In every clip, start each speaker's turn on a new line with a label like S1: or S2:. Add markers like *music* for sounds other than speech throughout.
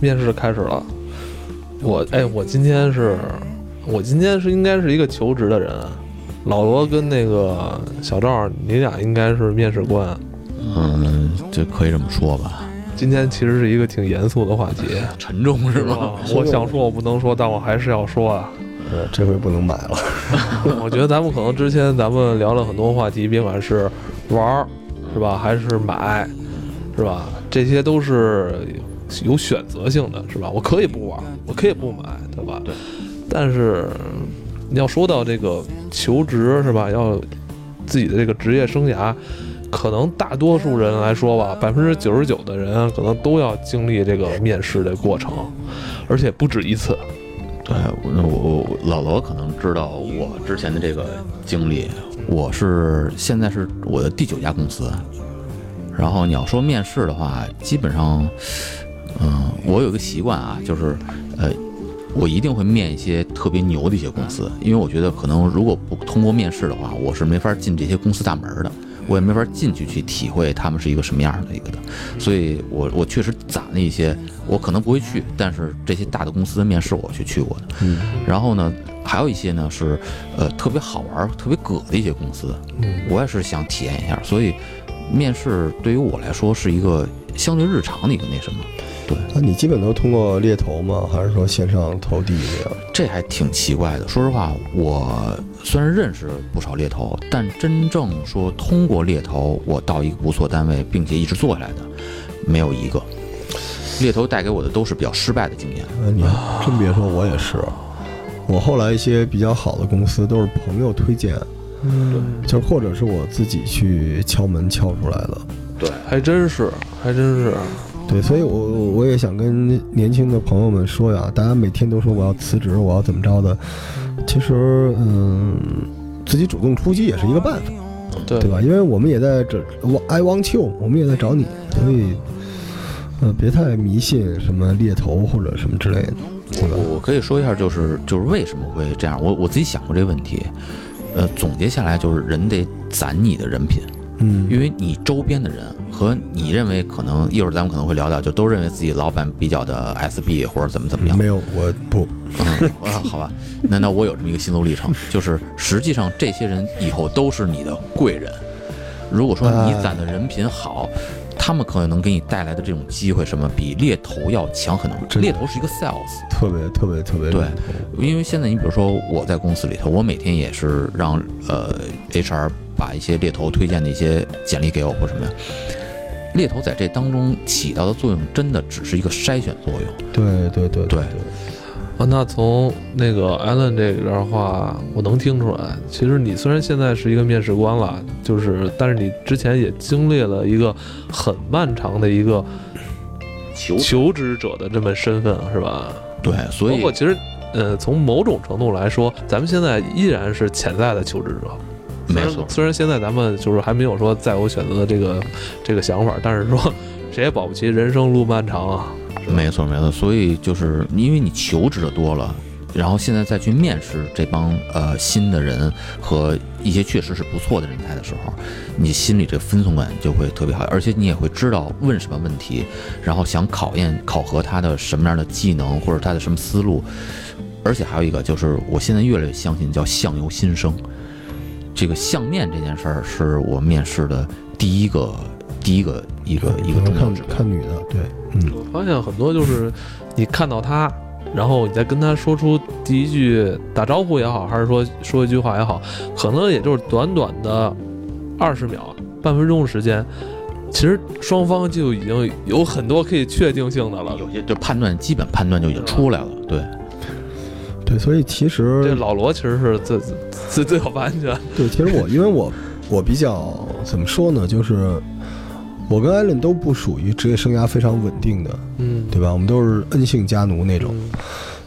S1: 面试开始了。我哎，我今天是，我今天是应该是一个求职的人。啊老罗跟那个小赵，你俩应该是面试官。
S2: 嗯，这可以这么说吧，
S1: 今天其实是一个挺严肃的话题，
S2: 沉重是吗？
S1: 啊我想说我不能说，但我还是要说啊。
S3: 呃，这回不能买了。
S1: *laughs* 我觉得咱们可能之前咱们聊了很多话题，别管是玩儿，是吧，还是买，是吧，这些都是有选择性的，是吧？我可以不玩儿，我可以不买，对吧？
S2: 对。
S1: 但是你要说到这个求职，是吧？要自己的这个职业生涯，可能大多数人来说吧，百分之九十九的人啊可能都要经历这个面试的过程，而且不止一次。
S2: 对，我那我我老罗可能知道我之前的这个经历，我是现在是我的第九家公司，然后你要说面试的话，基本上，嗯、我有一个习惯啊，就是呃，我一定会面一些特别牛的一些公司，因为我觉得可能如果不通过面试的话，我是没法进这些公司大门的。我也没法进去去体会他们是一个什么样的一个的，所以我我确实攒了一些，我可能不会去，但是这些大的公司的面试我去去过的。
S3: 嗯，
S2: 然后呢，还有一些呢是，呃，特别好玩儿、特别葛的一些公司，
S1: 嗯
S2: 我也是想体验一下。所以，面试对于我来说是一个相对日常的一个那什么，对，
S3: 那你基本都通过猎头吗？还是说线上投递这样？
S2: 这还挺奇怪的。说实话，我虽然认识不少猎头，但真正说通过猎头，我到一个不错单位并且一直做下来的，没有一个。猎头带给我的都是比较失败的经验。
S3: 哎，你还真别说，我也是。我后来一些比较好的公司都是朋友推荐，
S1: 嗯，
S3: 就或者是我自己去敲门敲出来的。
S1: 还真是，还真是。
S3: 对，所以我我我也想跟年轻的朋友们说呀，大家每天都说我要辞职，我要怎么着的，其实嗯，自己主动出击也是一个办法，
S1: 对
S3: 对吧？因为我们也在这，我 I want you，我们也在找你，所以呃，别太迷信什么猎头或者什么之类的，对吧？
S2: 我我可以说一下，就是就是为什么会这样？我我自己想过这个问题，呃，总结下来就是人得攒你的人品，
S3: 嗯
S2: 因为你周边的人和你认为可能一会儿咱们可能会聊到，就都认为自己老板比较的 SB 或者怎么怎么样
S3: 没，有，我不，
S2: 嗯啊，好吧，那那我有这么一个心路历
S3: *laughs*
S2: 程，就是实际上这些人以后都是你的贵人。如果说你攒的人品好，他们可能给你带来的这种机会什么，比猎头要强很多。
S3: 真的
S2: 猎头是一个 sales，
S3: 特别特别特别
S2: 对
S3: 认同
S2: 因为现在你比如说我在公司里头，我每天也是让呃 HR 把一些猎头推荐的一些简历给我或什么呀。猎头在这当中起到的作用，真的只是一个筛选作用。
S3: 对对对
S2: 对
S1: 啊，那从那个 Allen 这边的话，我能听出来，其实你虽然现在是一个面试官了，就是，但是你之前也经历了一个很漫长的一个
S2: 求
S1: 求职者的这么身份，是吧？
S2: 对，所
S1: 包
S2: 以
S1: 括其实，呃，从某种程度来说，咱们现在依然是潜在的求职者。
S2: 没错
S1: 虽然，虽然现在咱们就是还没有说再有选择的这个这个想法，但是说谁也保不齐人生路漫长啊。
S2: 没错，没错。所以就是因为你求职的多了，然后现在再去面试这帮呃新的人和一些确实是不错的人才的时候，你心里这分寸感就会特别好，而且你也会知道问什么问题，然后想考验考核他的什么样的技能或者他的什么思路。而且还有一个就是，我现在越来越相信叫相由心生，这个相面这件事儿是我面试的第一个第一个一个一个
S3: 可
S2: 重
S3: 能
S2: 要
S3: 看
S2: 指标。
S3: 看女的，对，嗯，
S1: 我发现很多就是你看到他，然后你再跟他说出第一句打招呼也好，还是说说一句话也好，可能也就是短短的二十秒、半分钟的时间，其实双方就已经有很多可以确定性的了。
S2: 有些就判断基本判断就已经出来了，对，
S3: 对，所以其实
S1: 这老罗其实是最最最最有安全，
S3: 对，其实我因为我我比较怎么说呢，就是我跟艾伦都不属于职业生涯非常稳定的，
S1: 嗯，
S3: 对吧？我们都是恩姓家奴那种。
S1: 嗯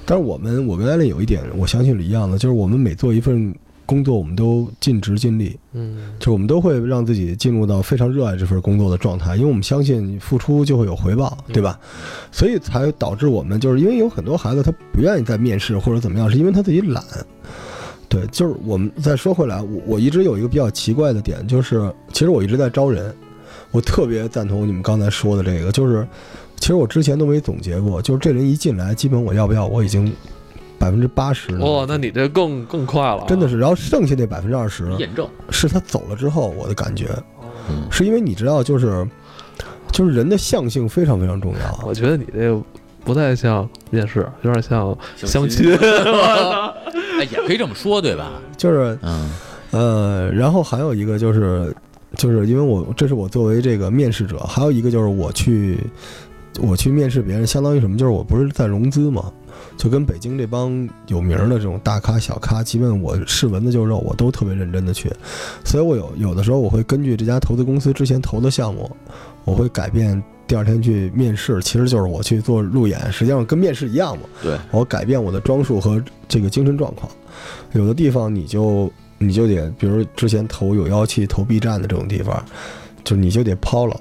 S3: 但是我们我跟艾伦有一点，我相信是一样的，就是我们每做一份工作，我们都尽职尽力，
S1: 嗯，
S3: 就是我们都会让自己进入到非常热爱这份工作的状态，因为我们相信付出就会有回报，对
S1: 嗯
S3: 吧？所以才导致我们就是因为有很多孩子他不愿意再面试或者怎么样，是因为他自己懒。对，就是我们再说回来，我我一直有一个比较奇怪的点，就是其实我一直在招人，我特别赞同你们刚才说的这个，就是其实我之前都没总结过，就是这人一进来，基本我要不要我已经百分之八十了，
S1: 哇，那你这更更快了啊，
S3: 真的是。然后剩下那百分之二十
S2: 验证，
S3: 是他走了之后我的感觉，
S2: 嗯，
S3: 是因为你知道，就是就是人的象性非常非常重要。
S1: 我觉得你这个不太像面试，有点像相亲。
S2: *laughs* 哎，也可以这么说，对吧？
S3: 就是
S2: 嗯
S3: 呃，然后还有一个就是就是因为我这是我作为这个面试者，还有一个就是我去我去面试别人，相当于什么？就是我不是在融资嘛。就跟北京这帮有名儿的这种大咖、小咖，基本我是闻的就肉，我都特别认真的去，所以我有有的时候我会根据这家投资公司之前投的项目，我会改变第二天去面试，其实就是我去做路演，实际上跟面试一样嘛。
S2: 对，
S3: 我改变我的装束和这个精神状况。有的地方你就你就得，比如之前投有妖气、投 B 站的这种地方，就是你就得抛了。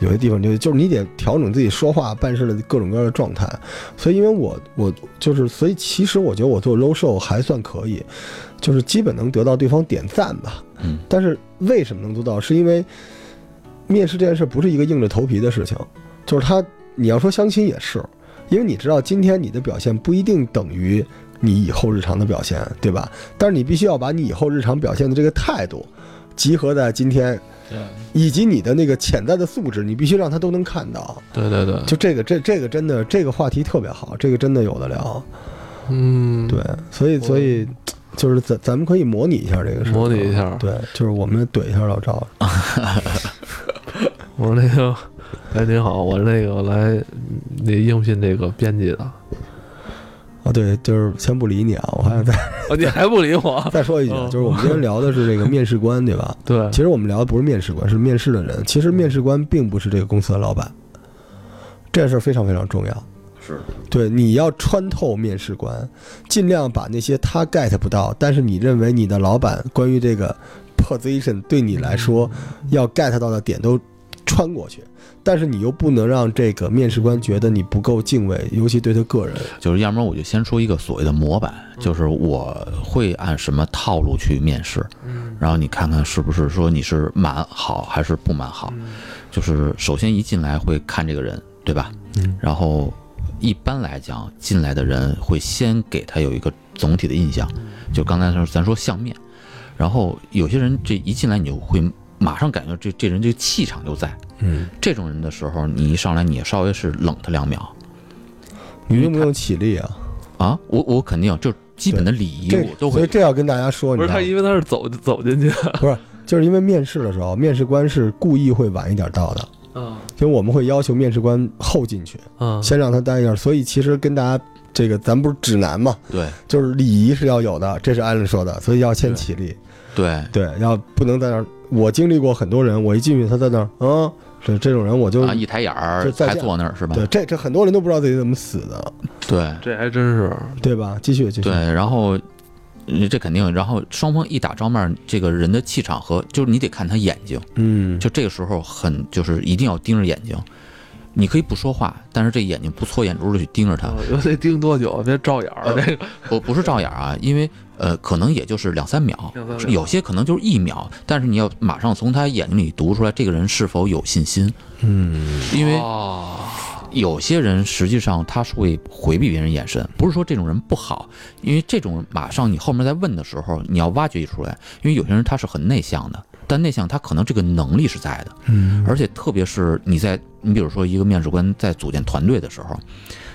S3: 有些地方你就就是你得调整自己说话办事的各种各样的状态，所以因为我我就是所以其实我觉得我做 low show 还算可以，就是基本能得到对方点赞吧。
S2: 嗯，
S3: 但是为什么能做到？是因为面试这件事不是一个硬着头皮的事情，就是他你要说相亲也是，因为你知道今天你的表现不一定等于你以后日常的表现，对吧？但是你必须要把你以后日常表现的这个态度集合在今天，以及你的那个潜在的素质，你必须让他都能看到。
S1: 对对对，
S3: 就这个这这个真的这个话题特别好，这个真的有的聊。
S1: 嗯，
S3: 对，所以所以就是咱咱们可以模拟一下这个事儿，
S1: 模拟一下
S3: 对，就是我们怼一下老赵。
S1: 我说那个，哎，您好，我那个来那应聘这个编辑的，
S3: 啊，对，就是先不理你啊，我还
S1: *laughs*
S3: 想再
S1: 哦，你还不理我？
S3: 再说一句啊，
S1: 哦
S3: 就是我们今天聊的是这个面试官，对吧？
S1: 对，
S3: 其实我们聊的不是面试官，是面试的人。其实面试官并不是这个公司的老板，这事儿非常非常重要。
S2: 是
S3: 对，你要穿透面试官，尽量把那些他 get 不到，但是你认为你的老板关于这个 position 对你来说要 get 到的点都穿过去，但是你又不能让这个面试官觉得你不够敬畏，尤其对他个人。
S2: 就是要不然我就先说一个所谓的模板，就是我会按什么套路去面试，然后你看看是不是说你是满好还是不满好。就是首先一进来会看这个人，对吧？然后一般来讲，进来的人会先给他有一个总体的印象，就刚才说咱说相面，然后有些人这一进来你就会马上感觉这这人这个气场就在。
S3: 嗯，
S2: 这种人的时候，你一上来你也稍微是冷他两秒
S3: 你用不用起立啊？
S2: 啊，我我肯定就是基本的礼仪
S3: 这
S2: 我都
S3: 所以
S2: 会
S3: 这要跟大家说，
S1: 不是
S3: 你知道
S1: 他，
S3: 吗
S1: 因为他是走走进去，
S3: 不是，就是因为面试的时候，面试官是故意会晚一点到的，
S1: 嗯
S3: 因为我们会要求面试官后进去，
S1: 嗯，
S3: 先让他待一下。所以其实跟大家这个，咱不是指南嘛，
S2: 对
S3: 就是礼仪是要有的，这是艾伦说的，所以要先起立，
S2: 对
S3: 对，要不能在那儿。我经历过很多人，我一进去他在那儿，嗯，这这种人我就、
S2: 啊，一抬眼儿
S3: 就再
S2: 还
S3: 见
S2: 坐那儿是吧？
S3: 对，这这很多人都不知道自己怎么死的，
S2: 对
S1: 这还真是，
S3: 对吧？继续继续
S2: 对，，然后。呃这肯定，然后双方一打照面，这个人的气场和就是你得看他眼睛，
S3: 嗯，
S2: 就这个时候很就是一定要盯着眼睛，你可以不说话，但是这眼睛不搓眼珠子去盯着他，
S1: 我得盯多久？别照眼儿，这个
S2: 不不是照眼儿啊，因为呃，可能也就是两三秒
S1: 两三，秒
S2: 有些可能就是一秒，但是你要马上从他眼睛里读出来这个人是否有信心，
S3: 嗯，
S2: 因为
S1: 哦
S2: 有些人实际上他是会回避别人眼神，不是说这种人不好，因为这种马上你后面在问的时候，你要挖掘出来，因为有些人他是很内向的，但内向他可能这个能力是在的，
S3: 嗯
S2: 而且特别是你在你比如说一个面试官在组建团队的时候，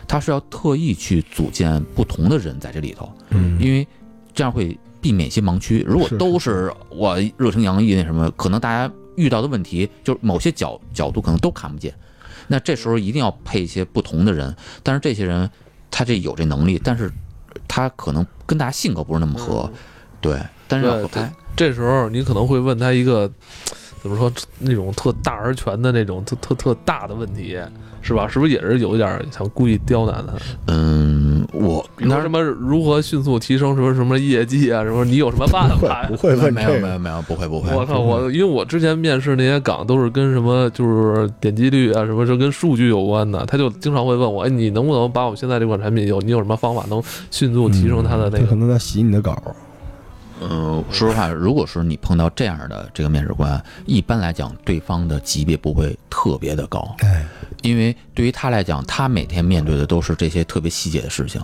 S2: 他是要特意去组建不同的人在这里头，
S3: 嗯
S2: 因为这样会避免一些盲区。如果
S3: 是是
S2: 都是我热情洋溢那什么，可能大家遇到的问题就是某些角角度可能都看不见。那这时候一定要配一些不同的人，但是这些人他这有这能力，但是他可能跟大家性格不是那么合，对，但是要
S1: 对
S2: 合拍，
S1: 这时候你可能会问他一个怎么说那种特大而全的那种特特特大的问题，是吧？是不是也是有一点儿想故意刁难他？
S2: 嗯，我
S1: 比如
S2: 那
S1: 说什么如何迅速提升什么什么业绩啊，什么你有什么办
S3: 不
S1: 法呀
S3: 会不？会问
S2: 没有
S3: 这个
S2: 没有没有不会不会，
S1: 我操！
S3: 不会
S1: 我因为我之前面试那些岗都是跟什么就是点击率啊什么，就跟数据有关的，他就经常会问我，哎，你能不能把我现在这款产品有你有什么方法能迅速提升它的那
S3: 他可
S1: 个？
S3: 能在洗你的稿儿，
S2: 嗯，说实话，如果是你碰到这样的这个面试官，一般来讲，对方的级别不会特别的高，
S3: 哎，
S2: 因为对于他来讲，他每天面对的都是这些特别细节的事情，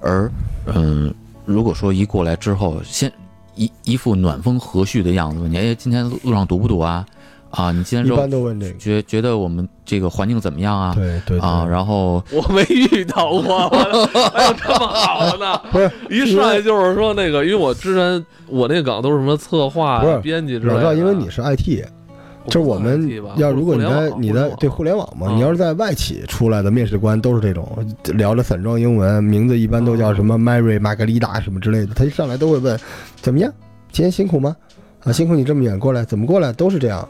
S2: 而嗯，如果说一过来之后，先一一副暖风和煦的样子，问你哎，今天路上堵不堵啊？啊，你今天
S3: 一
S2: 肉
S3: 般都问这个。
S2: 觉觉得我们这个环境怎么样啊？
S3: 对对
S2: 啊，，然后
S1: *laughs* 我没遇到过，我的还有这么好的呢？
S3: 不是
S1: 一上来就是说那个，因为我之前我那岗都是什么策划
S3: 不
S1: 呀、
S3: 是
S1: 编辑之类
S3: 老
S1: 的。
S3: 赵，因为你是 IT，就是我们要如果你在你在对互
S1: 互
S3: 联网嘛，
S1: 嗯
S3: 你要是在外企出来的面试官都是这种聊着散装英文，名字一般都叫什么 Mary、玛格丽达什么之类的，他一上来都会问怎么样，今天辛苦吗？啊，辛苦你这么远过来，怎么过来？都是这样。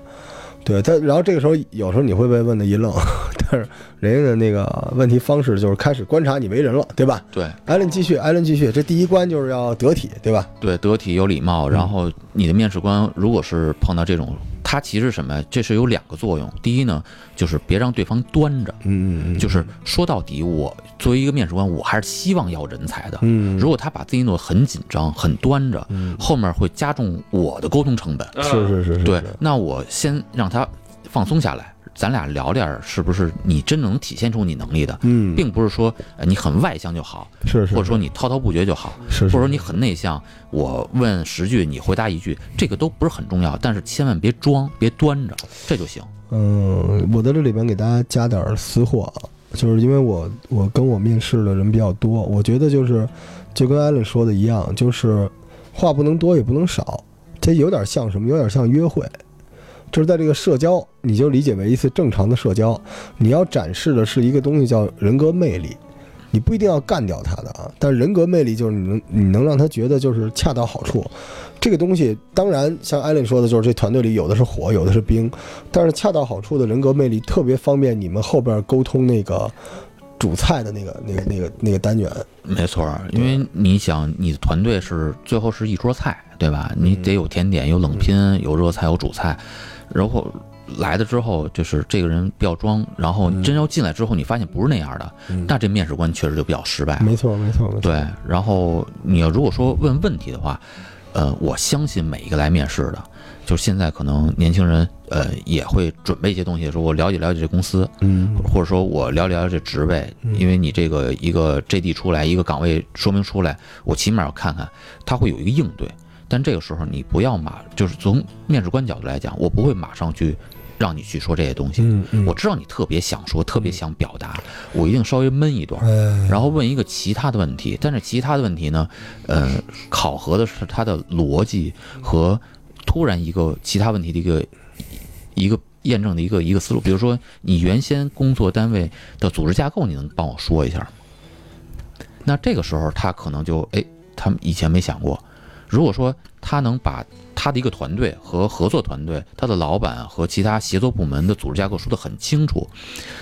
S3: 对他，然后这个时候有时候你会被问的一愣， *laughs* 但是人家的那个问题方式就是开始观察你为人了，对吧？
S2: 对
S3: 艾伦继续，艾伦继续，这第一关就是要得体，对吧？
S2: 对得体有礼貌，
S3: 嗯
S2: 然后你的面试官如果是碰到这种，他其实什么呀？这是有两个作用，第一呢，就是别让对方端着，
S3: 嗯嗯嗯，
S2: 就是说到底，我作为一个面试官，我还是希望要人才的。
S3: 嗯，
S2: 如果他把自己弄得很紧张、很端着，
S3: 嗯
S2: 后面会加重我的沟通成
S1: 呃
S2: 本。
S1: 嗯
S3: 是是是是，
S2: 对
S3: 是，
S2: 那我先让他放松下来，咱俩聊点儿是不是你真能体现出你能力的，
S3: 嗯，
S2: 并不是说呃你很外向就好，
S3: 是是，
S2: 或者说你滔滔不绝就好，
S3: 是，
S2: 或
S3: 是
S2: 者说你很内向，我问十句你回答一句，这个都不是很重要，但是千万别装，别端着，这就行。
S3: 嗯，我在这里边给大家加点儿私货啊，就是因为我我跟我面试的人比较多，我觉得就是就跟艾伦说的一样，就是话不能多也不能少，这有点像什么？有点像约会，就是在这个社交，你就理解为一次正常的社交，你要展示的是一个东西叫人格魅力。你不一定要干掉他的啊，但人格魅力就是你能你能让他觉得就是恰到好处，这个东西当然像艾伦说的，就是这团队里有的是火，有的是冰，但是恰到好处的人格魅力特别方便你们后边沟通那个主菜的那个、那个、那个、那个单元。
S2: 没错儿，因为你想，你的团队是最后是一桌菜，对吧？
S3: 嗯
S2: 你得有甜点，有冷拼，有热菜，有主菜。然后来了之后，就是这个人不要装，然后
S3: 嗯
S2: 真要进来之后，你发现不是那样的，那这面试官确实就比较失败。
S3: 没错，没错，没错。
S2: 对，然后你要如果说问问题的话，呃，我相信每一个来面试的，就是现在可能年轻人，呃，也会准备一些东西，说我了解了解这公司，
S3: 嗯，
S2: 或者说我聊聊这职位，因为你这个一个 JD 出来，一个岗位说明出来，我起码要看看他会有一个应对。但这个时候你不要马，就是从面试官角度来讲，我不会马上去让你去说这些东西。
S3: 嗯嗯
S2: 我知道你特别想说，特别想表达，我一定稍微闷一段，
S3: 哎，
S2: 然后问一个其他的问题。但是其他的问题呢，呃，考核的是他的逻辑和突然一个其他问题的一个一个验证的一个一个思路。比如说，你原先工作单位的组织架构，你能帮我说一下吗？那这个时候他可能就哎，他们以前没想过。如果说他能把他的一个团队和合作团队、他的老板和其他协作部门的组织架构说得很清楚，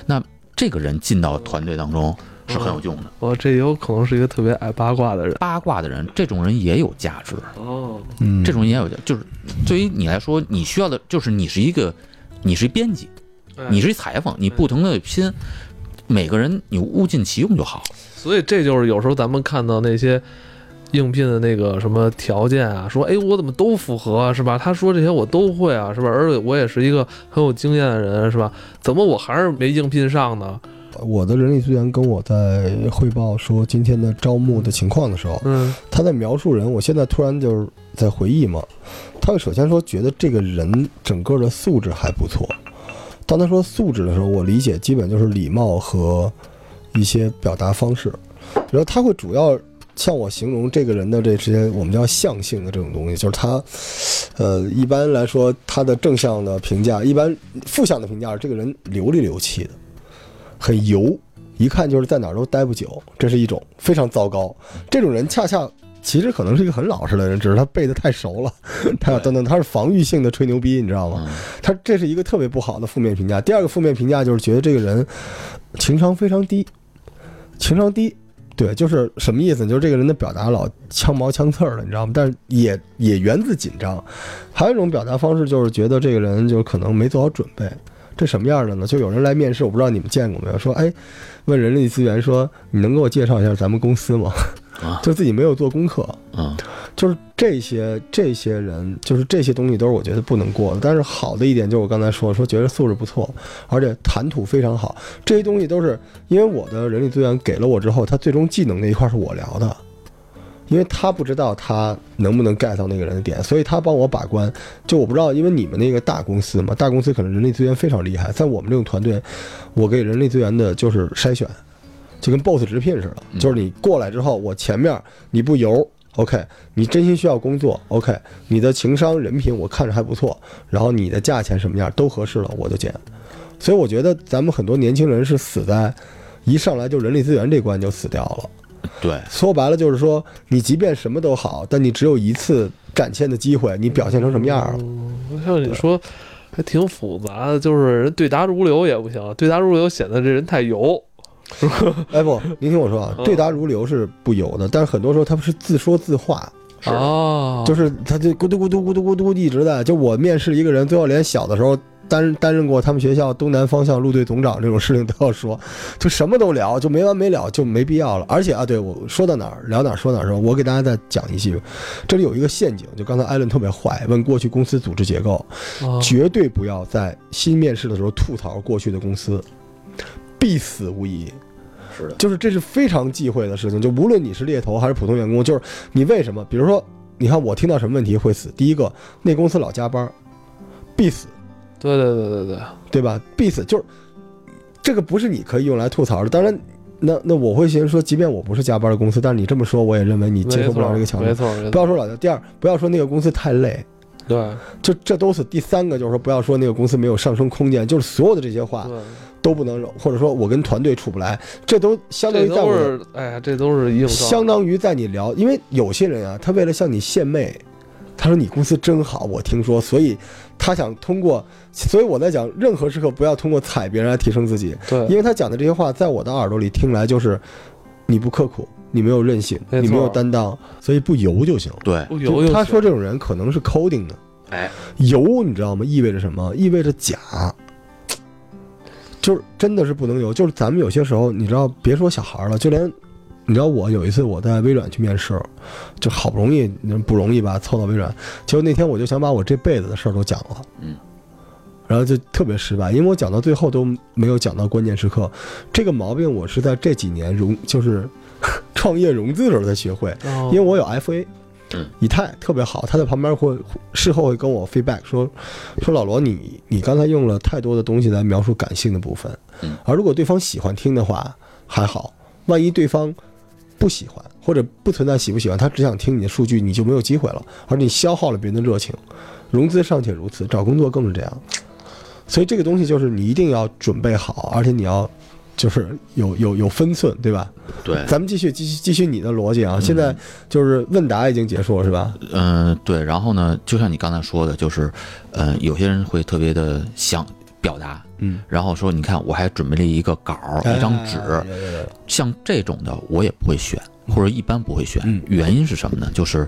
S2: 那这个人进到团队当中是很有用的。
S1: 我这有可能是一个特别爱八卦的人
S2: 八卦的人，这种人也有价值，
S1: 哦，
S3: 嗯，
S2: 这种人也有价，就是对于你来说，你需要的就是你是一个，你是一编辑，
S1: 哎
S2: 你是一裁缝，你不同的拼，每个人你物尽其用就好。
S1: 所以这就是有时候咱们看到那些应聘的那个什么条件啊，说哎我怎么都符合啊，是吧？他说这些我都会啊，是吧？而且我也是一个很有经验的人，是吧？怎么我还是没应聘上呢？
S3: 嗯我的人力资源跟我在汇报说今天的招募的情况的时候，
S1: 嗯
S3: 他在描述人，我现在突然就是在回忆嘛，他会首先说觉得这个人整个的素质还不错。当他说素质的时候，我理解基本就是礼貌和一些表达方式，然后他会主要向我形容这个人的这些我们叫象性的这种东西，就是他，呃，一般来说他的正向的评价，一般负向的评价是这个人流里流气的，很油，一看就是在哪儿都待不久，这是一种非常糟糕。这种人恰恰其实可能是一个很老实的人，只是他背的太熟了，他要等等，他是防御性的吹牛逼，你知道吗？
S2: 嗯，
S3: 他这是一个特别不好的负面评价。第二个负面评价就是觉得这个人情商非常低，情商低。对，就是什么意思呢？就是这个人的表达老枪毛枪刺儿的，你知道吗？但是也也源自紧张。还有一种表达方式就是觉得这个人就可能没做好准备。这什么样的呢？就有人来面试，我不知道你们见过没有，说哎，问人力资源说你能给我介绍一下咱们公司吗 *laughs*
S2: 啊？
S3: 就自己没有做功课，
S2: 嗯，
S3: 就是这些这些人，就是这些东西都是我觉得不能过的。但是好的一点就是我刚才说说觉得素质不错，而且谈吐非常好，这些东西都是因为我的人力资源给了我之后，他最终技能那一块是我聊的。因为他不知道他能不能 get 到那个人的点，所以他帮我把关。就我不知道，因为你们那个大公司嘛，大公司可能人力资源非常厉害，在我们这种团队，我给人力资源的就是筛选，就跟 boss 直聘似的，就是你过来之后，我前面你不油。OK，你真心需要工作，OK，你的情商、人品我看着还不错，然后你的价钱什么样都合适了，我就捡。所以我觉得咱们很多年轻人是死在一上来就人力资源这关就死掉了。
S2: 对，
S3: 说白了就是说，你即便什么都好，但你只有一次展现的机会，你表现成什么样了？
S1: 嗯像你说，还挺复杂的，就是人对答如流也不行，对答如流显得这人太油。
S3: 哎不，您听我说啊，
S1: 嗯
S3: 对答如流是不由的，但是很多时候他们是自说自话，
S2: 是
S1: 哦，
S3: 就是他就咕嘟咕嘟咕嘟咕嘟一直在。就我面试一个人，最后连小的时候担担任过他们学校东南方向陆队总长这种事情都要说，就什么都聊，就没完没了，就没必要了。而且啊，对我说到哪儿聊哪儿说哪儿的时候，我给大家再讲一句，这里有一个陷阱，就刚才艾伦特别坏，问过去公司组织结构，
S1: 哦
S3: 绝对不要在新面试的时候吐槽过去的公司，必死无疑。
S2: 是的，
S3: 就是这是非常忌讳的事情。就无论你是猎头还是普通员工，就是你为什么？比如说，你看我听到什么问题会死？第一个，那公司老加班，必死，
S1: 对对对对对，
S3: 对吧？必死就是这个不是你可以用来吐槽的。当然，那那我会先说，即便我不是加班的公司，但是你这么说，我也认为你接受不了这个强
S1: 没
S3: 度。
S1: 错没
S3: 不
S1: 错，
S3: 要说老加，第二，不要说那个公司太累，
S1: 对
S3: 就这都是第三个，就是说不要说那个公司没有上升空间，就是所有的这些话
S1: 对，
S3: 都不能容，或者说我跟团队处不来，这都相当于
S1: 这
S3: 在
S1: 都
S3: 我的
S1: 是哎呀，这都是硬伤。
S3: 相当于在你聊，因为有些人啊，他为了向你献媚，他说你公司真好，我听说，所以他想通过，所以我在讲，任何时刻不要通过踩别人来提升自己，
S1: 对
S3: 因为他讲的这些话，在我的耳朵里听来就是，你不刻苦，你没有韧性，
S1: 没错
S3: 你没有担当，所以不油就行。
S2: 对，
S1: 不
S3: 就
S1: 油就
S3: 他
S1: 行
S3: 说这种人可能是 coding 的，
S2: 哎，
S3: 油你知道吗？意味着什么？意味着假，就是真的是不能油。就是咱们有些时候，你知道，别说小孩儿了，就连你知道，我有一次我在微软去面试，就好不容易嗯不容易吧，凑到微软，结果那天我就想把我这辈子的事儿都讲了，
S2: 嗯，
S3: 然后就特别失败，因为我讲到最后都没有讲到关键时刻。这个毛病我是在这几年融，就是 *laughs* 创业融资的时候才学会，
S1: 哦
S3: 因为我有 FA，
S2: 嗯
S3: 以太特别好，他在旁边会事后会跟我 feedback 说说老罗你你刚才用了太多的东西来描述感性的部分
S2: 嗯，
S3: 而如果对方喜欢听的话还好，万一对方不喜欢或者不存在喜不喜欢，他只想听你的数据，你就没有机会了，而你消耗了别人的热情。融资尚且如此，找工作更是这样。所以这个东西就是你一定要准备好，而且你要就是有有有分寸，对吧？
S2: 对，
S3: 咱们继续继续继续你的逻辑啊！现在就是问答已经结束了，是吧？
S2: 嗯、对，然后呢，就像你刚才说的，就是，呃，有些人会特别的想表达，
S3: 嗯，
S2: 然后说，你看我还准备了一个稿儿，一张纸，
S3: 哎有有有
S2: 像这种的我也不会选，或者一般不会选
S3: 嗯。
S2: 原因是什么呢？就是，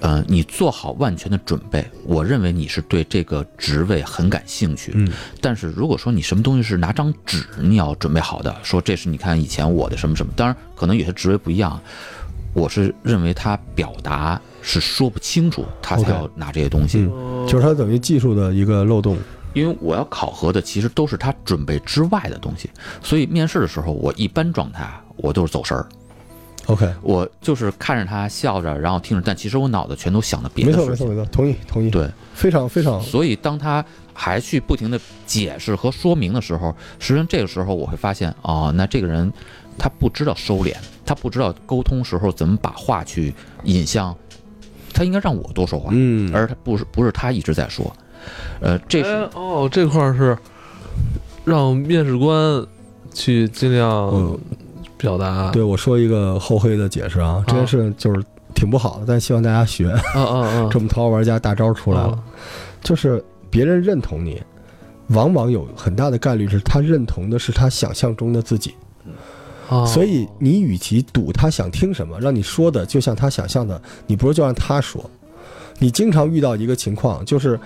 S2: 呃，你做好万全的准备，我认为你是对这个职位很感兴趣。
S3: 嗯，
S2: 但是如果说你什么东西是拿张纸你要准备好的，说这是你看以前我的什么什么，当然可能有些职位不一样，我是认为他表达是说不清楚，他才
S3: OK
S2: 要拿这些东西。
S3: 嗯就是它等于技术的一个漏洞。
S2: 因为我要考核的其实都是他准备之外的东西，所以面试的时候我一般状态啊我都是走神儿。
S3: OK，
S2: 我就是看着他笑着，然后听着，但其实我脑子全都想的别
S3: 没
S2: 的
S3: 错
S2: 事
S3: 没错
S2: 情。
S3: 没错，同意同意，
S2: 对，
S3: 非常非常
S2: 所以当他还去不停的解释和说明的时候，实际上这个时候我会发现，哦，那这个人他不知道收敛，他不知道沟通时候怎么把话去引向，他应该让我多说话，
S3: 嗯
S2: 而他不是不是他一直在说，呃，这是、
S1: 哎哦，这块儿是让面试官去尽量
S3: 嗯，
S1: 表
S2: 啊
S1: 达。
S3: 对我说一个厚黑的解释啊，这件事就是挺不好的，但希望大家学。
S1: 啊啊啊！
S3: *laughs* 这么淘玩家大招出来
S2: 啊
S3: 了，就是别人认同你，往往有很大的概率是他认同的是他想象中的自己。
S1: 啊，
S3: 所以你与其赌他想听什么，让你说的就像他想象的，你不如就让他说。你经常遇到一个情况，就是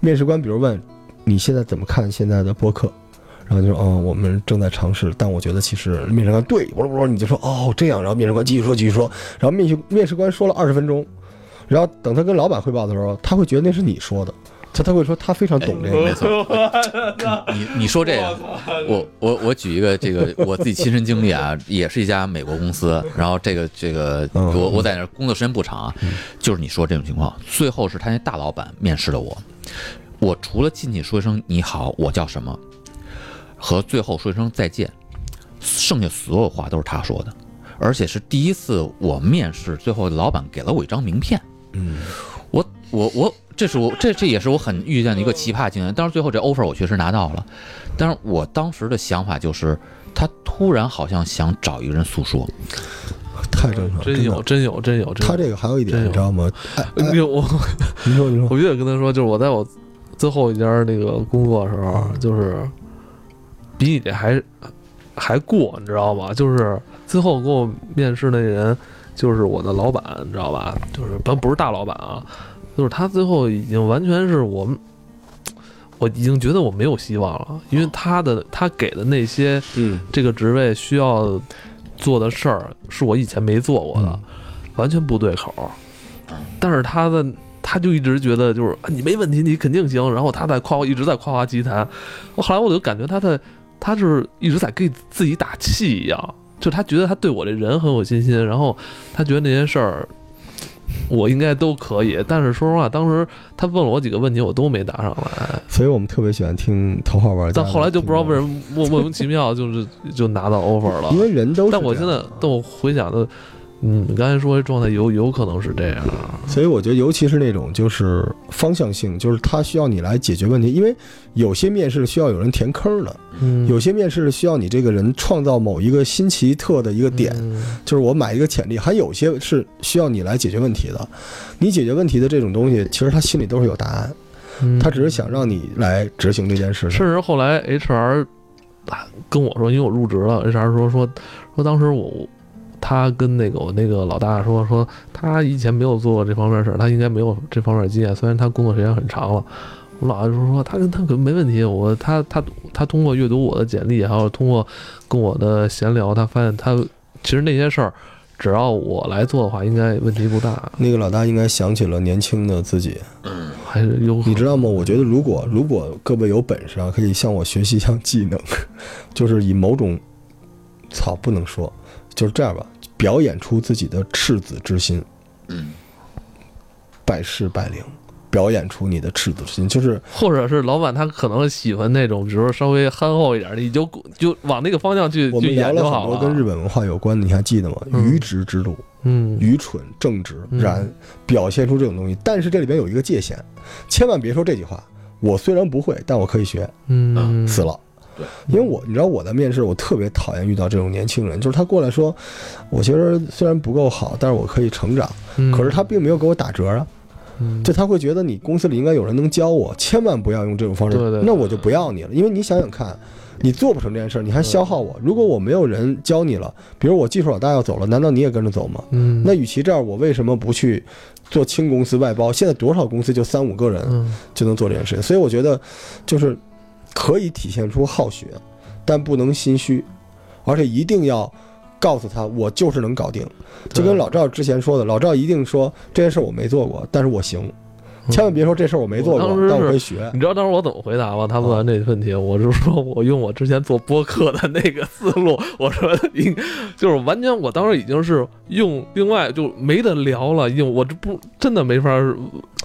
S3: 面试官比如问你现在怎么看现在的播客，然后就说嗯我们正在尝试，但我觉得其实面试官对我说我说你就说哦这样，然后面试官继续说继续说，然后面试面试官说了二十分钟，然后等他跟老板汇报的时候，他会觉得那是你说的，他他会说他非常懂这个，
S2: 没错。你你说这个，我我我举一个这个我自己亲身经历啊，也是一家美国公司，然后这个这个
S3: 嗯
S2: 我我在那儿工作时间不长啊，就是你说这种情况，最后是他那大老板面试了我，我除了进去说一声你好，我叫什么，和最后说一声再见，剩下所有话都是他说的，而且是第一次我面试，最后老板给了我一张名片。
S3: 嗯，
S2: 我我我，这是我这这也是我很遇见的一个奇葩经验。当然最后这 offer 我确实拿到了，但是我当时的想法就是，他突然好像想找一个人诉说，
S3: 太正常，
S1: 真
S3: 真
S1: 有
S3: 的。
S1: 真有真有真
S3: 他
S1: 有。
S3: 这个还有一点，
S1: 真有
S3: 你知道吗？ *laughs* 哎，哎
S1: 因为我
S3: 你说你说，
S1: 我必须得跟他说，就是我在我最后一家那个工作的时候，就是比你这还还过，你知道吗？就是最后给我面试那人，就是我的老板，你知道吧？就是咱不是大老板啊，就是他最后已经完全是我们，我已经觉得我没有希望了，因为他的他给的那些
S3: *laughs* 嗯，
S1: 这个职位需要做的事儿，是我以前没做过的，
S3: 嗯
S1: 完全不对口儿。但是他的他就一直觉得就是啊你没问题，你肯定行。然后他在夸我，一直在夸夸其谈。我后来我就感觉他在他就是一直在给自己打气一样，就他觉得他对我这人很有信心，然后他觉得那些事儿。我应该都可以，但是说实话，当时他问了我几个问题，我都没答上来。
S3: 所以我们特别喜欢听头号玩家
S1: 但
S3: 的。
S1: 后来就不知道为什
S3: 么，
S1: 么莫莫名其妙就是就拿到 offer 了。
S3: 因为人都是
S1: 但我
S3: 这
S1: 现
S3: 样
S1: 在，但我回想的，嗯，你刚才说这状态有有可能是这样，啊
S3: 所以我觉得，尤其是那种就是方向性，就是他需要你来解决问题，因为有些面试需要有人填坑的，
S1: 嗯
S3: 有些面试需要你这个人创造某一个新奇特的一个点，
S1: 嗯
S3: 就是我买一个潜力，还有些是需要你来解决问题的。你解决问题的这种东西，其实他心里都是有答案，
S1: 嗯
S3: 他只是想让你来执行这件事情。
S1: 甚至后来 HR 啊跟我说，因为我入职了，HR 说说说当时我他跟那个我那个老大说说他以前没有做过这方面的事儿，他应该没有这方面的经验，虽然他工作时间很长了。我老大就说他跟他可没问题，我他他他通过阅读我的简历，还有通过跟我的闲聊，他发现他其实那些事儿，只要我来做的话，应该问题不大，
S3: 那个老大应该想起了年轻的自己，
S1: 还是有
S3: *laughs* 你知道吗？我觉得如果如果各位有本事啊，可以向我学习一项技能， *laughs* 就是以某种，操，不能说，就是这样吧，表演出自己的赤子之心，
S2: 嗯，
S3: 百试百灵，表演出你的赤子之心，就是
S1: 或者是老板他可能喜欢那种，比如说稍微憨厚一点，的，你就 *laughs* 就往那个方向去
S3: 我
S1: 去
S3: 们聊
S1: 演
S3: 了
S1: 就
S3: 很
S1: 好
S3: 多跟日本文化有关的，你还记得吗？
S1: 嗯
S3: 愚直之路，
S1: 嗯，
S3: 愚蠢、正直、
S1: 嗯
S3: 然，表现出这种东西。但是这里边有一个界限，千万别说这句话。我虽然不会，但我可以学。
S1: 嗯，
S3: 啊死了。
S2: 对，
S3: 因为我你知道我在面试，我特别讨厌遇到这种年轻人，就是他过来说，我其实虽然不够好，但是我可以成长，
S1: 嗯，
S3: 可是他并没有给我打折啊，
S1: 嗯
S3: 就他会觉得你公司里应该有人能教我，千万不要用这种方式，
S1: 对对对
S3: 那我就不要你了，因为你想想看。你做不成这件事儿，你还消耗我。如果我没有人教你了，比如我技术老大要走了，难道你也跟着走吗？
S1: 嗯，
S3: 那与其这样，我为什么不去做轻公司外包？现在多少公司就三五个人，
S1: 嗯
S3: 就能做这件事情。所以我觉得，就是可以体现出好学，但不能心虚，而且一定要告诉他我就是能搞定。就跟老赵之前说的，老赵一定说这件事我没做过，但是我行。千万别说这事儿我没做
S1: 我
S3: 过
S1: 当时，是
S3: 但我会学。
S1: 你知道当时我怎么回答吗？他问
S3: 啊
S1: 完这问题，我是说我用我之前做播客的那个思路， *laughs* 我说应就是完全，我当时已经是用另外就没得聊了，用我这不真的没法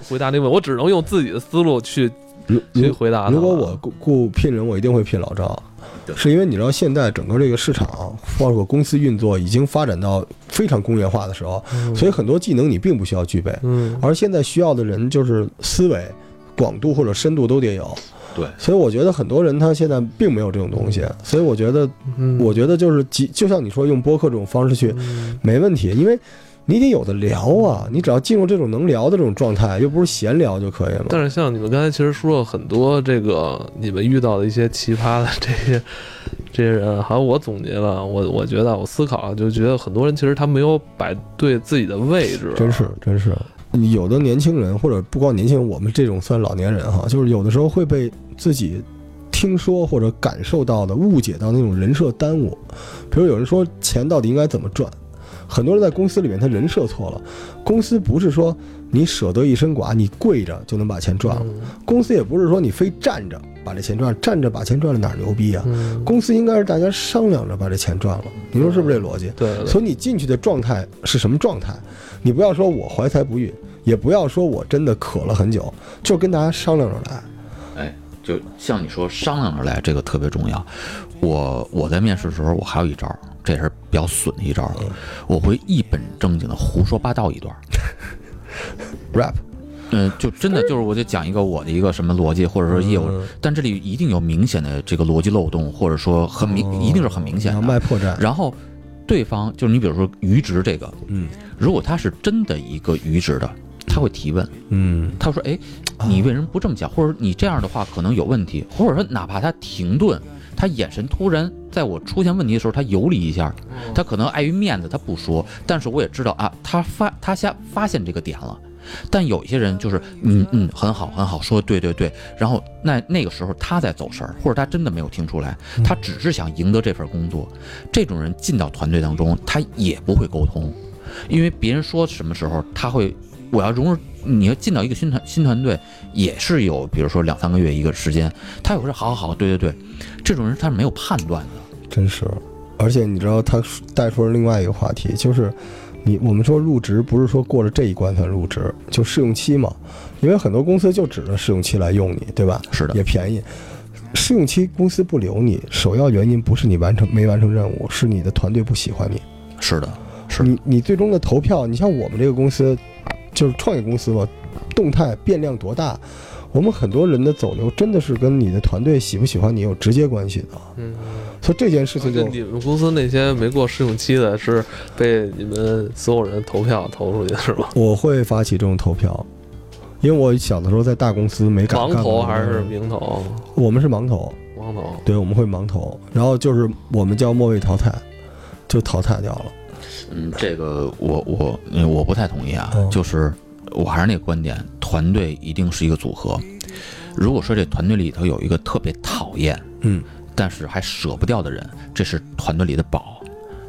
S1: 回答那问，我只能用自己的思路去
S3: 如
S1: 去
S3: 如
S1: 回答他了。
S3: 如果我雇雇聘人，我一定会聘老赵。
S2: 对
S3: 是因为你知道，现在整个这个市场，包括公司运作，已经发展到非常工业化的时候，
S1: 嗯，
S3: 所以很多技能你并不需要具备。
S1: 嗯，
S3: 而现在需要的人就是思维广度或者深度都得有。
S2: 对，
S3: 所以我觉得很多人他现在并没有这种东西，所以我觉得，
S1: 嗯
S3: 我觉得就是即就像你说用播客这种方式去
S1: 嗯
S3: 没问题，因为你得有的聊啊，你只要进入这种能聊的这种状态，又不是闲聊就可以了。
S1: 但是像你们刚才其实说了很多这个你们遇到的一些奇葩的这些这些人，好像我总结了，我我觉得我思考啊了就觉得很多人其实他没有摆对自己的位置，啊
S3: 真是真是，你有的年轻人或者不光年轻人，我们这种算老年人哈，就是有的时候会被自己听说或者感受到的误解到那种人设耽误。比如有人说钱到底应该怎么赚，很多人在公司里面他人设错了，公司不是说你舍得一身剐，你跪着就能把钱赚了，
S1: 嗯
S3: 公司也不是说你非站着把这钱赚，站着把钱赚了哪儿牛逼啊？
S1: 嗯，
S3: 公司应该是大家商量着把这钱赚了，你说是不是这逻辑？
S1: 对对对，
S3: 所以你进去的状态是什么状态？你不要说我怀才不遇，也不要说我真的渴了很久，就跟大家商量着来。
S2: 哎，就像你说商量着来，这个特别重要。我我在面试的时候，我还有一招，这也是比较损的一招，啊我会一本正经的胡说八道一 *laughs* 段。
S3: rap
S2: 嗯，就真的就是，我就讲一个我的一个什么逻辑，或者说业务，但这里一定有明显的这个逻辑漏洞，或者说很明，一定是很哦明显啊
S3: 你要
S2: 的。
S3: 卖破绽，
S2: 然后，对方就是你，比如说愚直这个，
S3: 嗯
S2: 如果他是真的一个愚直的，他会提问，
S3: 嗯，
S2: 他说：“哎，你为什么不这么讲？或者你这样的话可能有问题。”或者说，哪怕他停顿，他眼神突然在我出现问题的时候，他游离一下，他可能碍于面子，他不说。但是我也知道啊，他发他下发现这个点了。但有一些人就是，嗯嗯，很好很好，说得对对对。然后那那个时候他在走神儿，或者他真的没有听出来，他只是想赢得这份工作。这种人进到团队当中，他也不会沟通，因为别人说什么时候他会，我要融入，你要进到一个新团新团队，也是有，比如说两三个月一个时间，他有时候好好好，对对对，这种人他是没有判断的，
S3: 真是。而且你知道，他带出了另外一个话题，就是你我们说入职不是说过了这一关算入职，就试用期嘛，因为很多公司就指着试用期来用你，对吧？
S2: 是的
S3: 也便宜。试用期公司不留你，首要原因不是你完成没完成任务，是你的团队不喜欢你。
S2: 是的，是
S3: 你你最终的投票，你像我们这个公司，就是创业公司嘛，动态变量多大，我们很多人的走流真的是跟你的团队喜不喜欢你有直接关系的。
S1: 嗯，
S3: 所以这件事情
S1: 就
S3: 就
S1: 你们公司那些没过试用期的，是被你们所有人投票投出去的是吧？
S3: 我会发起这种投票，因为我小的时候在大公司没敢
S1: 盲
S3: 干
S1: 投
S3: 过
S1: 还是明投？
S3: 我们是盲投，
S1: 盲投。
S3: 对，我们会盲投，然后就是我们叫末位淘汰，就淘汰掉了。
S2: 嗯，这个我我嗯我不太同意啊
S3: 嗯，
S2: 就是我还是那个观点，团队一定是一个组合。如果说这团队里头有一个特别讨厌，
S3: 嗯，
S2: 但是还舍不掉的人，这是团队里的宝。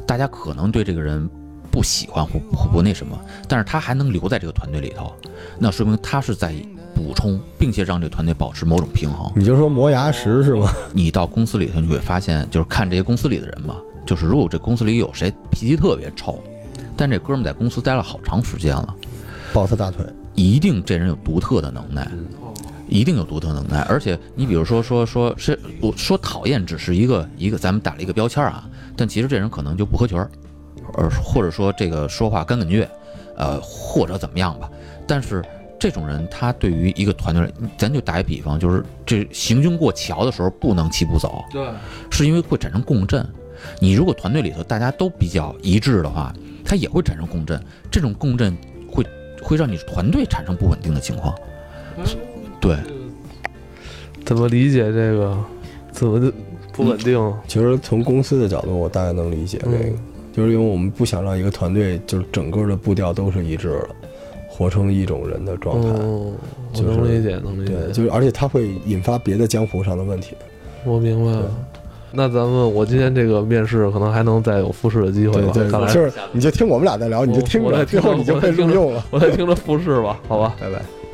S2: 大家可能对这个人不喜欢或或不那什么，但是他还能留在这个团队里头，那说明他是在补充，并且让这个团队保持某种平衡。
S3: 你就说磨牙石是吗？ *laughs*
S2: 你到公司里头，你会发现，就是看这些公司里的人嘛，就是如果这公司里有谁脾气特别臭，但这哥们在公司待了好长时间了，
S3: 抱他大腿，
S2: 一定这人有独特的能耐，一定有独特能耐。而且你比如说说说是我说讨厌，只是一个一个咱们打了一个标签啊，但其实这人可能就不合群儿，呃，或者说这个说话干梗倔，呃，或者怎么样吧。但是这种人，他对于一个团队，咱就打一比方，就是这行军过桥的时候不能齐步走，
S1: 对，
S2: 是因为会产生共振。你如果团队里头大家都比较一致的话，它也会产生共振，这种共振会会让你团队产生不稳定的情况。对，
S1: 怎么理解这个？怎么就不稳定？嗯
S3: 其实从公司的角度，嗯我大概能理解这个，就是因为我们不想让一个团队就是整个的步调都是一致的，活成一种人的状态。
S1: 嗯，我
S3: 就是
S1: 能理解，能理
S3: 对，
S1: 解。
S3: 就是而且它会引发别的江湖上的问题。
S1: 我明白了。那咱们我今天这个面试可能还能再有复试的机会
S3: 对
S1: 吧？
S3: 对
S1: 看，来
S3: 就是你就听我们俩在聊，你就听
S1: 我我
S3: 着，
S1: 在听
S3: 最后你就被录用了。
S1: 我再听着复试吧，好吧。
S3: 拜拜。
S1: 嗯。